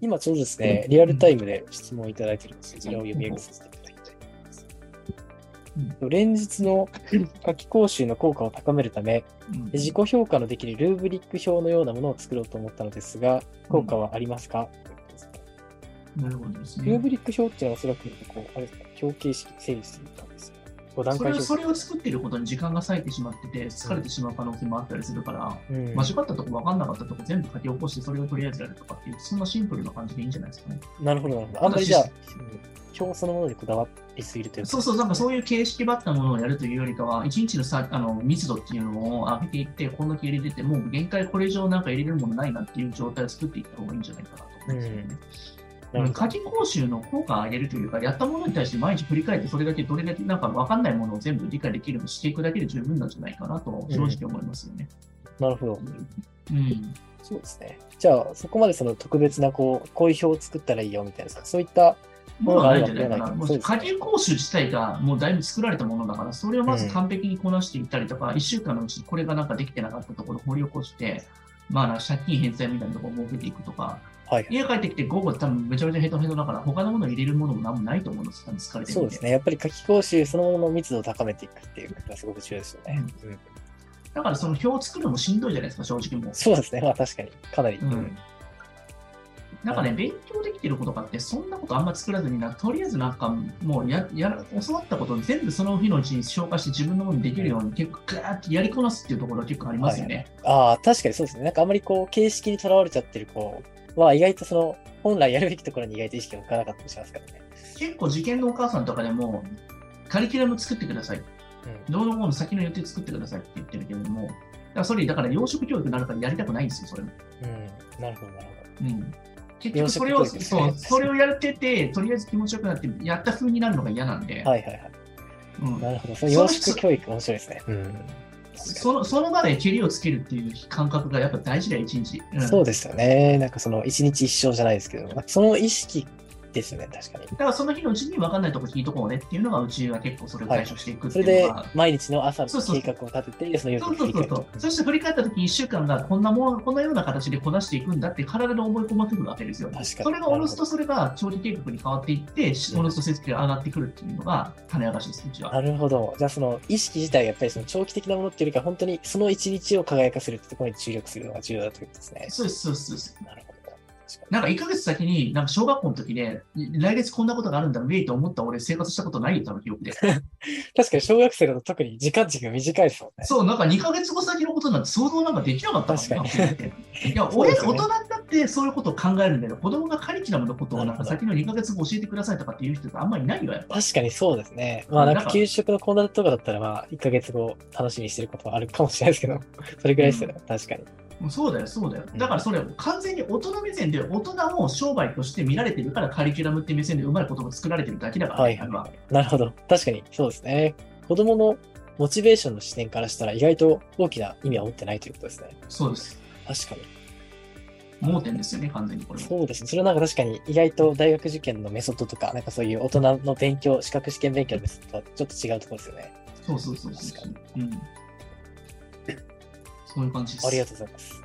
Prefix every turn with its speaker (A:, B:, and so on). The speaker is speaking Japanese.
A: 今ちょうどですね、リアルタイムで質問いただいてるんですよ。それを読み上げさせていただきたいと思います。連日の夏季講習の効果を高めるため、
B: うん
A: 自己評価のできるルーブリック表のようなものを作ろうと思ったのですが、効果はありますか、
B: なるほどです
A: ルー
B: ね。
A: ブリック表っていうのはおそらくこう、あれですか、表形式整理していたんですよ。5段
B: そ
A: 階
B: れを
A: 表
B: それを作ってることに時間が割いてしまってて、疲れてしまう可能性もあったりするから、
A: うん
B: 間違ったとこ分かんなかったとこ全部書き起こして、それをとりあえずやるとかっていう、そんなシンプルな感じでいいんじゃないですかね。
A: なるほど、なるほど。あんまりじゃあ、うん表そのものにこだわりすぎるというか
B: そうそう、なんかそういう形式ばったものをやるというよりかは、一日のさあの密度っていうのを上げていって、こんだけ入れてて、もう限界これ以上なんか入れるものないなっていう状態を作っていった方がいいんじゃないかなと思うんですよね。
A: なるほど
B: 夏季講習の効果を上げるというか、やったものに対して毎日振り返って、それだけどれだけなんか分かんないものを全部理解できるようにしていくだけで十分なんじゃないかなと、正直思いますよね。
A: なるほど。
B: うん。
A: そうですね。じゃあ、そこまでその特別な、こう、こういう表を作ったらいいよみたいな、そういった、
B: もうないんじゃないかな。
A: そうで
B: も
A: すね
B: う夏季講習自体がもうだいぶ作られたものだから、それをまず完璧にこなしていったりとか、1週間のうちこれがなんかできてなかったところを掘り起こして、まあ、なんか借金返済みたいなところを設けていくとか、
A: はい。
B: 家帰ってきて午後多分めちゃめちゃヘトヘトだから、他のものを入れるものも何もないと思うんです、多分疲れてる
A: そ
B: ん
A: うですね。やっぱり夏期講習そのものの密度を高めていくっていうことがすごく重要ですよね。うん
B: だからその表を作るのもしんどいじゃないですか、正直もう。
A: そうですね。まあ確かに、かなり。
B: う
A: うんん
B: なんかね、勉強できてることがあって、そんなことあんま作らずにな、とりあえずなんかもうややら教わったことを全部その日のうちに消化して自分のものにできるように結構ガーってやりこなすっていうところは結構ありますよね。
A: ああ、確かにそうですね。なんかあまりこう、形式にとらわれちゃってる子は、意外とその、本来やるべきところに意外と意識が向かなかったりしますからね。
B: 結構受験のお母さんとかでも、カリキュラム作ってください。
A: うん
B: どうのこうの先の予定作ってくださいって言ってるけれども、だからそれ、だから養殖教育になるからやりたくないんですよ、それも。
A: うん。なるほど、なるほど。
B: うん結
A: 養殖
B: 局それを、
A: 教育です
B: そ
A: ね
B: う、それをやってて、とりあえず気持ちよくなって、やった風になるのが嫌なんで、
A: はいはいはい。
B: うん、
A: なるほど。その養殖教育面白いですね。うん。
B: そのその場で蹴りをつけるっていう感覚がやっぱ大事だよ、一日。うん
A: そうですよね。なんかその、一日一生じゃないですけど、その意識ですよね、確かに。
B: だからその日のうちに分かんないとこ聞いとこうねっていうのがうちは結構それを対処していくって
A: それ
B: いう
A: で
B: のが。
A: 毎日の朝の
B: そうそう
A: 計画を立てて、その夜
B: そう
A: に
B: そう
A: 振り
B: そ
A: 返
B: う
A: る
B: そう。そして振り返った時に1週間がこんなもん、こんなような形でこなしていくんだって体で思い込ませるわけですよ。
A: 確かに。
B: それがおろすとそれが長期計画に変わっていって、しおろすと成績が上がってくるっていうのが種明かしです、うちは。
A: なるほど。じゃあその意識自体がやっぱりその長期的なものっていうよりか、本当にその一日を輝かせるってところに注力するのが重要だということですね。
B: そうです、そうですそうです。
A: なるほど。確か
B: なんか1ヶ月先に、なんか小学校の時で、来月こんなことがあるんだ、ウェイと思った俺生活したことないよ、多分記憶で。
A: に確かに小学生だと特に時間軸が短いですもんね。
B: そう、なんか2ヶ月後先のことなんて想像なんかできなかったもん
A: 確かに
B: 学生っていや、
A: そう
B: 親、
A: で
B: 大
A: すよね
B: 人になってそういうことを考えるんだけど、子供がカリキュラムのことをなん
A: な
B: か
A: る
B: 先の2ヶ月後教えてくださいとかっていう人ってあんまりいないよ、やっぱ。
A: 確かにそうですね。まあなん
B: なん
A: か
B: か
A: 給食の献立とかだったらまあ1ヶ月後楽しみにしてることはあるかもしれないですけど、それぐらいですよね。確かに。
B: もうそうだよ、そうだよ。だからそれ、完全に大人目線で、大人を商売として見られてるから、カリキュラムって目線でうまい言葉作られてるだけだから、
A: はいはい
B: あれは
A: なるほど。確かにそうですね。子供のモチベーションの視点からしたら意外と大きな意味は持ってないということですね。
B: そうです。
A: 確かに。
B: 盲点ですよね、完全にこれは。
A: そうですね。それはなんか確かに意外と大学受験のメソッドとか、なんかそういう大人の勉強、資格試験勉強のメソッドとはちょっと違うところですよね。
B: そうそうそうそう。うん。そういう感じです。
A: ありがとうございます。